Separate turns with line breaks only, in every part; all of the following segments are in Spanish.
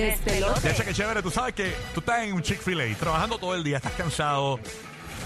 Despelote.
Ya che, que chévere, tú sabes que tú estás en un Chick-fil-A trabajando todo el día, estás cansado,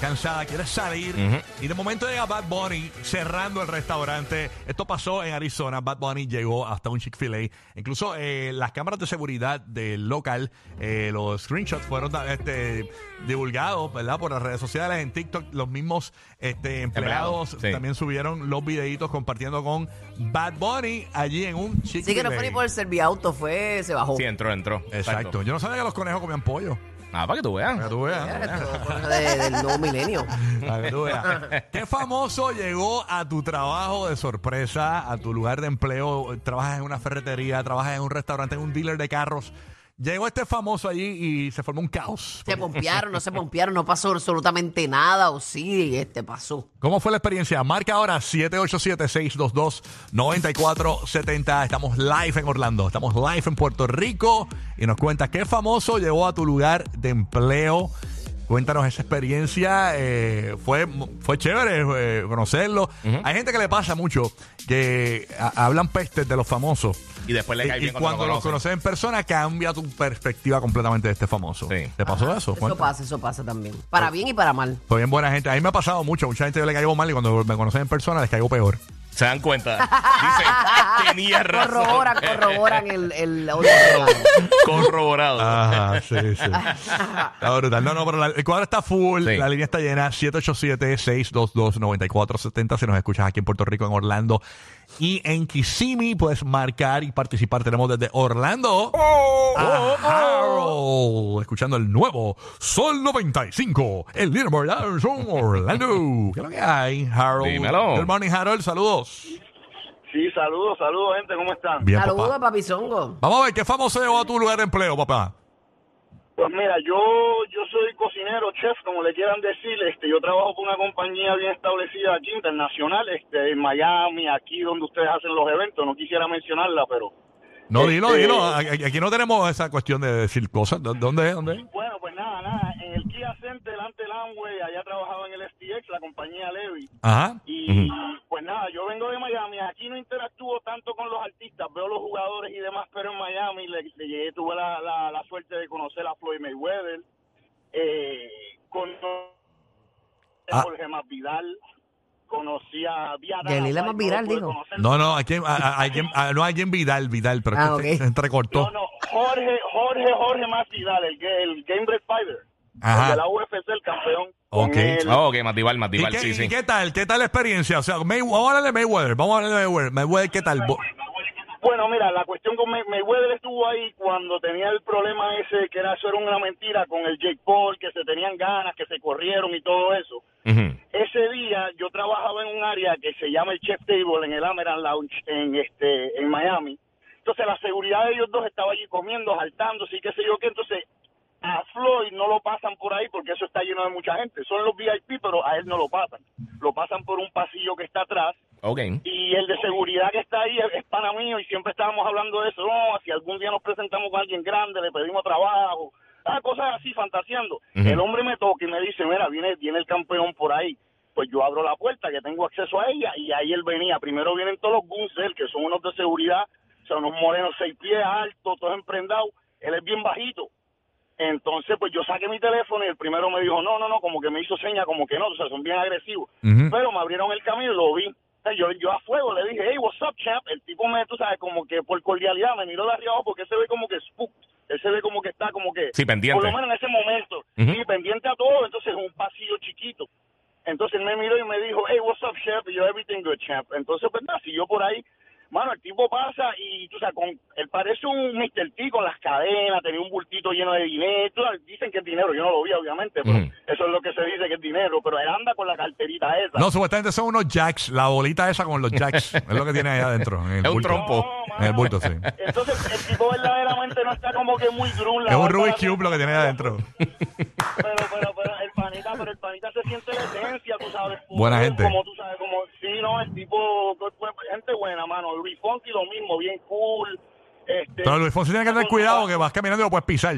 cansada, quieres salir y de momento llega Bad Bunny cerrando el restaurante. Esto pasó en Arizona, Bad Bunny llegó hasta un Chick-fil-A. Incluso eh, las cámaras de seguridad del local, eh, los screenshots fueron este, divulgados ¿verdad? por las redes sociales, en TikTok, los mismos este, empleados
Empleados, sí.
también subieron los videitos compartiendo con Bad Bunny allí en un Chick-fil-A.
Sí, que no fue ni por el serviauto, fue, se bajó.
Sí, entró, entró.
Exacto, yo no sabía que los conejos comían pollo.
Ah, para que tú
Para
veas.
que tú veas.
Esto fue de- del nuevo milenio.
Para que tú veas. ¿ah? ¿Qué famoso llegó a tu trabajo de sorpresa, a tu lugar de empleo? Trabajas en una ferretería, trabajas en un restaurante, en un dealer de carros. Llegó este famoso allí y se formó un caos.
Se pompearon, no se pompearon, no pasó absolutamente nada, o sí, este pasó.
¿Cómo fue la experiencia? Marca ahora 787-622-9470. Estamos live en Orlando, estamos live en Puerto Rico y nos cuenta qué famoso llegó a tu lugar de empleo. Cuéntanos esa experiencia. eh, fue, fue chévere eh, conocerlo. Hay gente que le pasa mucho que a- hablan pestes de los famosos.
Y después le cae
Y, y
bien
cuando, los conoces en persona cambia tu perspectiva completamente de este famoso.
Sí.
¿Te pasó eso?
Eso
Cuéntame.
pasa, eso pasa también. Para bien y para mal.
Pues bien buena gente. A mí me ha pasado mucho. Mucha gente yo le caigo mal y cuando me conocen en persona les caigo peor.
Se dan cuenta. Dicen, tenía razón. Eh,
Corroboran, corroboran el, el odio que
Corroborado.
Ah, sí, sí. Está brutal. No, no, pero la- el cuadro está full,
Sí.
la línea está llena. 787-622-9470. Si nos escuchas aquí en Puerto Rico, en Orlando y en Kissimmee, puedes marcar y participar. Tenemos desde Orlando a Harold, escuchando el nuevo Sol 95, el líder Mortal son Orlando. ¿Qué es lo que hay, Harold?
Dímelo.
Good morning, Harold. Saludos.
Sí, saludos, saludos, gente, ¿cómo están?
Bien,
Saludos,
papá.
papizongo.
Vamos a ver, ¿qué famoso llegó a tu lugar de empleo, papá?
Pues mira, yo yo soy cocinero, chef, como le quieran decir, este, yo trabajo por una compañía bien establecida aquí, internacional, este, en Miami, aquí donde ustedes hacen los eventos, no quisiera mencionarla, pero
Eh,
No, dilo,
Este-
dilo. A- a- Aquí no tenemos esa cuestión de decir cosas. ¿Dó- ¿Dónde es? ¿Dónde es?
bueno, pues nada, nada, en el Kia Center, delante del Amway, allá trabajaba en el STX, la compañía Levy,
Ajá.
y pues nada, yo vengo de Miami, aquí no interactúo tanto con los artistas, veo los jugadores y demás, pero en Miami le, le llegué, tuve la, la, la suerte de conocer a Floyd Mayweather, eh, con
Ah.
Jorge Más Vidal, conocí a Viana.
Yelila
Ay,
Más Vidal,
pude
digo.
conocer-
No, no, aquí, a- a- a- alguien- a- no hay en Vidal, Vidal, pero
Ah,
es que se-
ok.
se entrecortó.
No, no, Jorge, Jorge, Jorge Más Vidal, el, que- el Game Break Fighter,
Ajá.
el de la UFC, el campeón. con
Ok.
él.
Ah, ok, Matival,
¿Y,
Matival,
qué,
sí,
y
sí.
qué tal? ¿Qué tal la experiencia? O sea, May- vamos a hablar de Mayweather. Vamos a hablar de Mayweather. Mayweather, ¿qué tal? Bo-
Bueno, mira, la cuestión con May- Mayweather estuvo ahí cuando tenía el problema ese, que era eso era una mentira con el Jake Paul, que se tenían ganas, que se corrieron y todo eso.
Ujú.
Ese día yo trabajaba en un área que se llama el Chef Table en el Amaran Lounge en este en Miami. Entonces la seguridad de ellos dos estaba allí comiendo, saltándose y qué sé yo qué. Entonces a Floyd no lo pasan por ahí porque eso está lleno de mucha gente. Son los VIP, pero a él no lo pasan. Lo pasan por un pasillo que está atrás
Ok.
y el de seguridad que está ahí es, es pana mío y siempre estábamos hablando de eso. No, si algún día nos presentamos con alguien grande, le pedimos trabajo. Ah, cosas así, fantaseando.
Ujú.
El hombre me toca y me dice, mira, viene, viene el campeón por ahí. Pues yo abro la puerta, que tengo acceso a ella, y ahí él venía. Primero vienen todos los Gunsel, que son unos de seguridad, son unos morenos seis pies altos, todos emprendados. Él es bien bajito. Entonces, pues yo saqué mi teléfono y el primero me dijo, no, no, no, como que me hizo seña, como que no, o sea, son bien agresivos.
Ujú.
Pero me abrieron el camino y lo vi. O sea, Yo, yo a fuego le dije, hey, what's up, champ? El tipo me, tú sabes, como que por cordialidad me miró de arriba abajo porque él se ve como que spooked. Él se ve como que está como que...
Sí, pendiente.
Por lo menos en ese momento.
Ujú.
Sí, pendiente a todo. Entonces, un pasillo chiquito. Entonces, él me miró y me dijo, hey, what's up, champ? Y yo, everything good, champ. Entonces, pues nada, siguió por ahí. Mano, el tipo pasa y, tú sabes, con, él parece un Mr. T con las cadenas, tenía un bultito lleno de dinero. Tú sabes, Dicen que es dinero, yo no lo vi, obviamente, pero
Mm.
Ujú.
eso es lo que se dice que es dinero. Pero él anda con la carterita esa.
No, supuestamente son unos jacks, la bolita esa con los jacks. es lo que tiene ahí adentro. en el
Es un
bulto.
trompo.
No,
En el
mano.
bulto, sí.
Entonces, el tipo verdaderamente no está como que muy grun. la
Es un
barba
Rubik's
la-
Cube lo que tiene ahí adentro.
Pero, pero, pero, el panita, pero el panita se siente la esencia, tú sabes. como-
Buena gente.
Como tú sabes, como, sí, no, el tipo, pues, pues, gente buena, mano. Luis Fonsi lo mismo, bien cool. Este,
Pero Luis Fonsi tiene que tener cuidado que vas caminando y lo puedes pisar.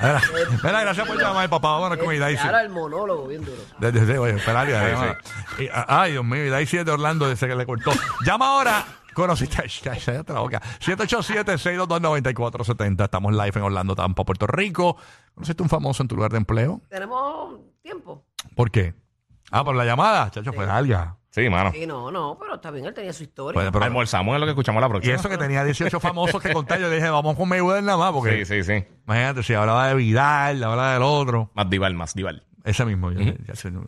Mira, mira, gracias por llamar, papá. Vámonos con Idaisi.
Ahora el monólogo, bien duro.
ah, Desde, desde, oye, espera, ya, ya, ya. Y, a- Ay, Dios mío, Idaisi es de Orlando, desde que le cortó. Llama ahora Conociste, ya, ya, ya, te la boca. 787-622-9470. Estamos live en Orlando, Tampa, Puerto Rico. ¿Conociste un famoso en tu lugar de empleo?
Tenemos tiempo.
¿Por qué? Ah, por la llamada, chacho, fue larga.
Sí, mano.
Sí, no, no, pero está bien, él tenía su historia.
Pues, pero-
Almorzamos es lo que escuchamos la
y
próxima.
eso que tenía 18 famosos que contar, yo le dije, vamos con Mayweather nada más, porque
Sí, sí, sí.
imagínate, si hablaba de Vidal, hablaba del otro.
Más dival, más dival.
Ese mismo. yo- ya sé, no.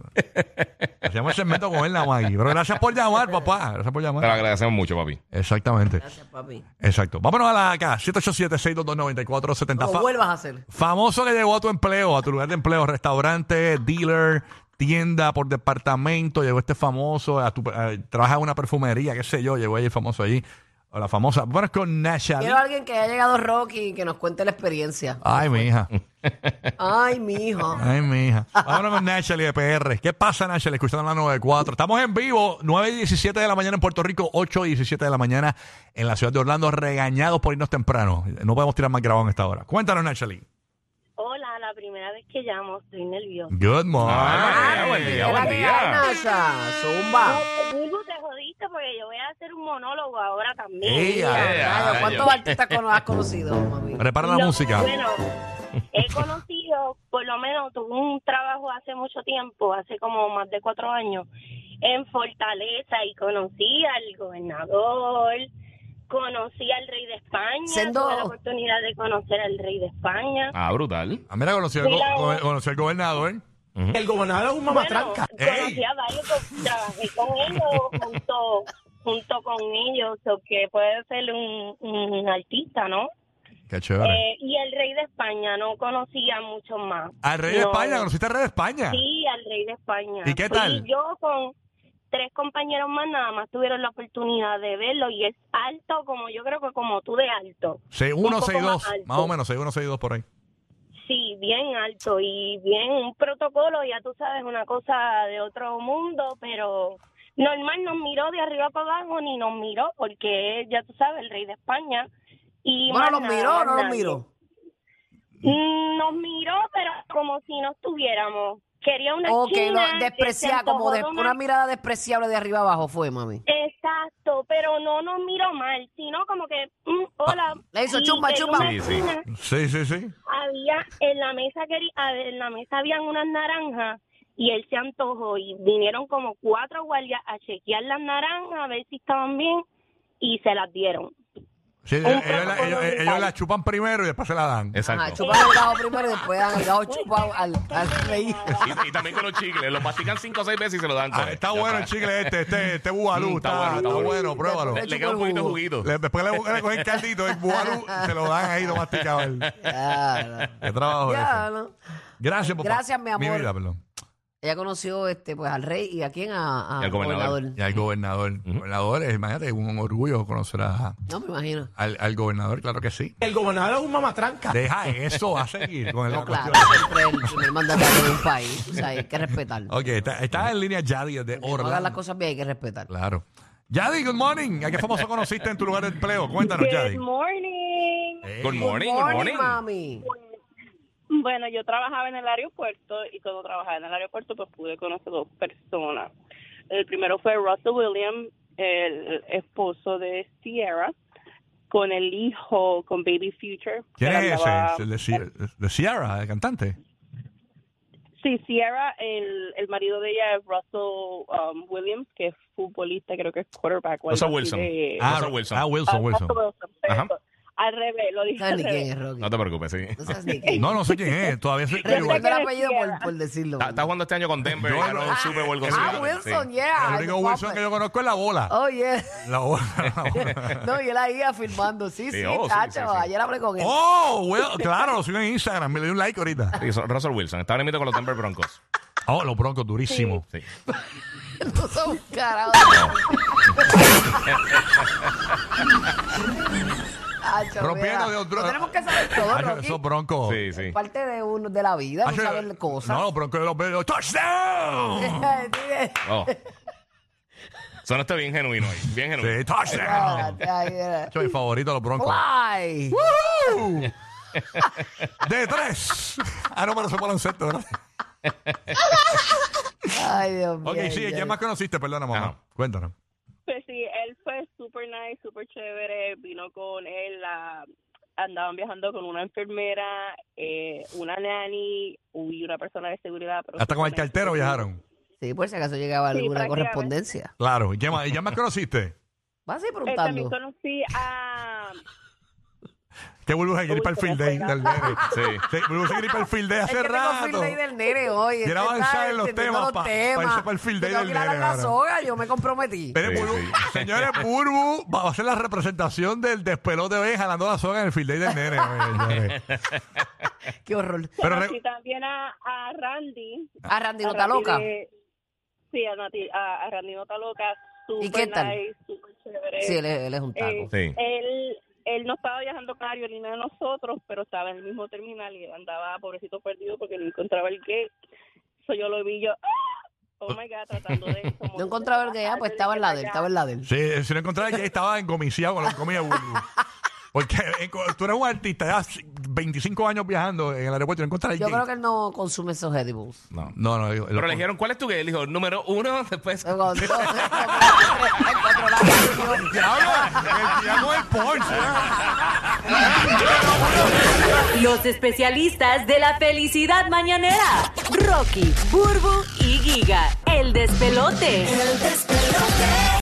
Hacíamos el segmento con él nada más aquí. Pero gracias por llamar, papá. Gracias por
Te lo
llamar.
agradecemos mucho, papi.
Exactamente.
Gracias, papi.
Exacto. Vámonos a la acá. 787-622-9470.
No
Fa-
lo vuelvas a hacer.
Famoso que llegó a tu empleo, a tu lugar de empleo, restaurante, dealer, tienda por departamento. Llegó este famoso. A tu, a- trabaja en una perfumería, qué sé yo. Llegó ahí el famoso allí. O la famosa. Bueno, es con Nasha.
Quiero a alguien que haya llegado Rocky y que nos cuente la experiencia.
Ay, mi hija.
Ay, mi hijo.
Ay, mi hija. Vámonos con Nachali de PR. ¿Qué pasa, Nachali? Escuchando la 94. Estamos en vivo, 9 y 17 de la mañana en Puerto Rico, 8 y 17 de la mañana en la ciudad de Orlando, regañados por irnos temprano. No podemos tirar más grabado en esta hora. Cuéntanos, Nachali.
Hola, la primera vez que llamo, estoy nerviosa.
Good morning.
Ah, buen día,
Era
buen
que
día.
hay, Nasha. Zumba.
Bulbu, te jodiste porque yo voy a hacer un monólogo ahora también.
Ey, ay,
Rayo,
ay,
¿Cuántos
yo-
artistas cono- has conocido, mami?
Prepara la
Lo-
música.
Bueno, he conocido, por lo menos tuve un trabajo hace mucho tiempo, hace como más de cuatro años, en Fortaleza y conocí al gobernador, conocí al rey de España,
Sendo.
tuve la oportunidad de conocer al rey de España.
Ah, brutal.
Ah, mira, conoció al, go-
Mira,
go- conoció al gobernador.
El gobernador es un
Bueno,
mamatranca.
conocí a varios, con- trabajé con ellos junto, junto con ellos, o que puede ser un, un artista, ¿no?
Qué chévere.
Eh, y el rey de España, no conocía mucho más.
Al rey de
No.
España, conociste al rey de España.
Sí, al rey de España.
¿Y qué
Fui
tal?
yo con tres compañeros más nada más tuvieron la oportunidad de verlo y es alto como yo creo que como tú de alto.
Sí,
Un poco
162,
más alto.
más o menos, 6162 por ahí.
Sí, bien alto y bien un protocolo, ya tú sabes, una cosa de otro mundo, pero normal nos miró de arriba para abajo, ni nos miró, porque es, ya tú sabes, el rey de España. Y
Bueno, los
más nada,
miró,
más
no los
nadie.
miró.
Mm, Nos miró, pero como si no estuviéramos. Quería una
Ok,
china.
no,
que se
desprecia, como
antojó
de-
de
una mirada despreciable de arriba abajo fue, mami.
Exacto, pero no nos miró mal, sino como que, mm, hola.
Le hizo
Y
chumba,
quería
chumba.
una
Sí, sí.
china.
Sí, sí, sí.
Había, en la mesa queri- a ver, en la mesa habían unas naranjas y él se antojó y vinieron como cuatro guardias a chequear las naranjas, a ver si estaban bien y se las dieron.
Sí, ellos,
protocolo
ellos la- ellos-
vital.
ellos la chupan primero y después se la dan.
Ajá,
Exacto.
chupan el gajo primero y después dan el gajo chupado al, al rey.
Y, y también con los chicles. Los mastican cinco o seis veces y se lo dan. con
Ah,
él.
está
Ya
bueno el chicle este, este, este bubalú.
Mm,
está,
está
bueno,
bueno, está bueno.
pruébalo.
Le-
Le, queda un poquito de juguito.
Le- después le, le cogen caldito, el bubalú, se lo dan ahí lo masticado. él.
Ya,
Qué trabajo
no. Ya,
ese.
no.
Gracias, papá.
Gracias, mi amor.
vida, perdón.
Ella conoció este, pues, al rey y a quién, a, a-
Y al gobernador.
Y al gobernador. Gobernador, eh, imagínate, un orgullo conocer a-
No me imagino.
al, al gobernador, claro que sí.
El gobernador es un mamatranca.
Deja eso a seguir con la
No, claro,
cuestión.
siempre el primer mandatario de un país. O sea, hay que respetarlo.
Ok, está, está en línea Yadi de
No hagan las
Orlando.
cosas bien, hay que respetarlo.
Claro. Yadi, good morning. ¿A qué famoso conociste en tu lugar de empleo? Cuéntanos, Yadi.
Good morning.
Hey.
Good morning,
Good
good morning.
mami.
Bueno, yo trabajaba en el aeropuerto y cuando trabajaba en el aeropuerto pues pude conocer dos personas. El primero fue Russell Williams, el esposo de Sierra, con el hijo, con Baby Future.
¿Quién
Él
es
andaba-
ese? El de, Cier- de Ciara, el cantante.
Sí, Sierra, el, el marido de ella es Russell um, Williams, que es futbolista, creo que es quarterback. o algo
Russell
así
Wilson.
de-
Ah, Russell Wilson.
Ah,
Ah,
Wilson, Wilson.
Russell Wilson, perdón.
Ajá.
Al revés, lo
No
dije.
sabes
al
ni
revés.
quién es, Rocky.
No te preocupes, sí.
No sabes ni quién.
No, no sé quién es. Todavía soy
Respeto
igual.
el apellido por, por decirlo.
Está, está jugando este año con Denver.
Yo-
y ganó un Super Bowl con
ah,
Seattle.
Wilson,
Sí.
yeah.
El único Wilson que yo conozco es la bola.
Oh, yeah.
La bola.
No, y él ahí afirmando. Sí, sí,
Sí, oh, sí,
tacho.
sí, sí.
Ayer hablé con él.
Oh, Will- claro, lo subí en Instagram. Me le di un like ahorita.
Sí, so- Russell Wilson. Estaba en el mito con los Denver Broncos.
Oh, los broncos, durísimo.
Sí.
No son carajo. Tacho,
Rompiendo
mira.
de otro-
No tenemos que saber todo,
Hacho,
Rocky.
Esos broncos.
Sí, sí.
Parte de uno de la vida, no
Hacho,
saber cosas.
No, los broncos de los veo. ¡Touchdown!
Oh. Son este bien genuino ahí. Bien genuino.
Sí, touchdown. Hacho, mi favorito, los broncos.
Why?
¡Woo! De tres. Ah, no, pero eso es baloncesto, ¿verdad?
Ay, Dios mío.
Ok, sí,
ay,
¿quién más conociste? Perdona, mamá.
Ajá.
Cuéntanos.
Pues sí, él fue super nice, super chévere, vino con él, la- andaban viajando con una enfermera, eh, una nanny y una persona de seguridad. pero
Hasta con el
super nice.
cartero viajaron.
Sí, por si acaso llegaba
Sí,
alguna
prácticamente.
correspondencia.
Claro. ¿Y ya, más- y ya me conociste?
Vas a ir
Eh, también
preguntando.
conocí a...
Que vuelvo a seguir
Uy,
para el
se me
field day
fue
del nene.
Sí.
Sí, vuelvo a seguir para el field day
Es
hace
que tengo
rato.
field day del nene hoy.
Quiero
este
avanzar
está
en los
entendiendo
temas,
los
pa- pa irse
temas.
para el field
Yo
day
tengo
del
que ir a
nene
la
ahora.
soga, yo me comprometí.
Miren,
Sí,
Burbu-
sí.
Señores, Burbu va a hacer la representación del despelote hoy jalando la soga en el field day del nene. oye, señores.
Qué horror.
Pero
conocí
re-
también a, a Randy.
Ah.
A Randy
a
no está
Randy
loca.
de- sí, a, Nati- a, a Randy Nota Loca. Super
¿Y qué tal?
Nice, super chévere.
Sí, él es, él es un
Eh,
taco.
Sí.
Él, él no estaba viajando con Ariolina de nosotros, pero estaba en el mismo terminal y andaba pobrecito perdido porque no encontraba el gate. So yo lo vi yo, ¡ah! oh my God, tratando de... como
No encontraba el que ah, pues estaba en la de él, estaba en la de él.
sí, si no encontraba que estaba engomiciado con la comida de Burbu. Porque en- tú eres un artista, llevas 25 años viajando en el aeropuerto y no encontras
Yo
Jay.
creo que él no consume esos edibles.
No.
No, no, digo,
Pero
lo-
le dijeron, ¿cuál es tu gay? Él dijo, número uno, después.
Encontró- encontró la canción.
¡Diablo! ¡El diablo del Porsche!
Los especialistas de la felicidad mañanera. Rocky, Burbu y Giga. El despelote.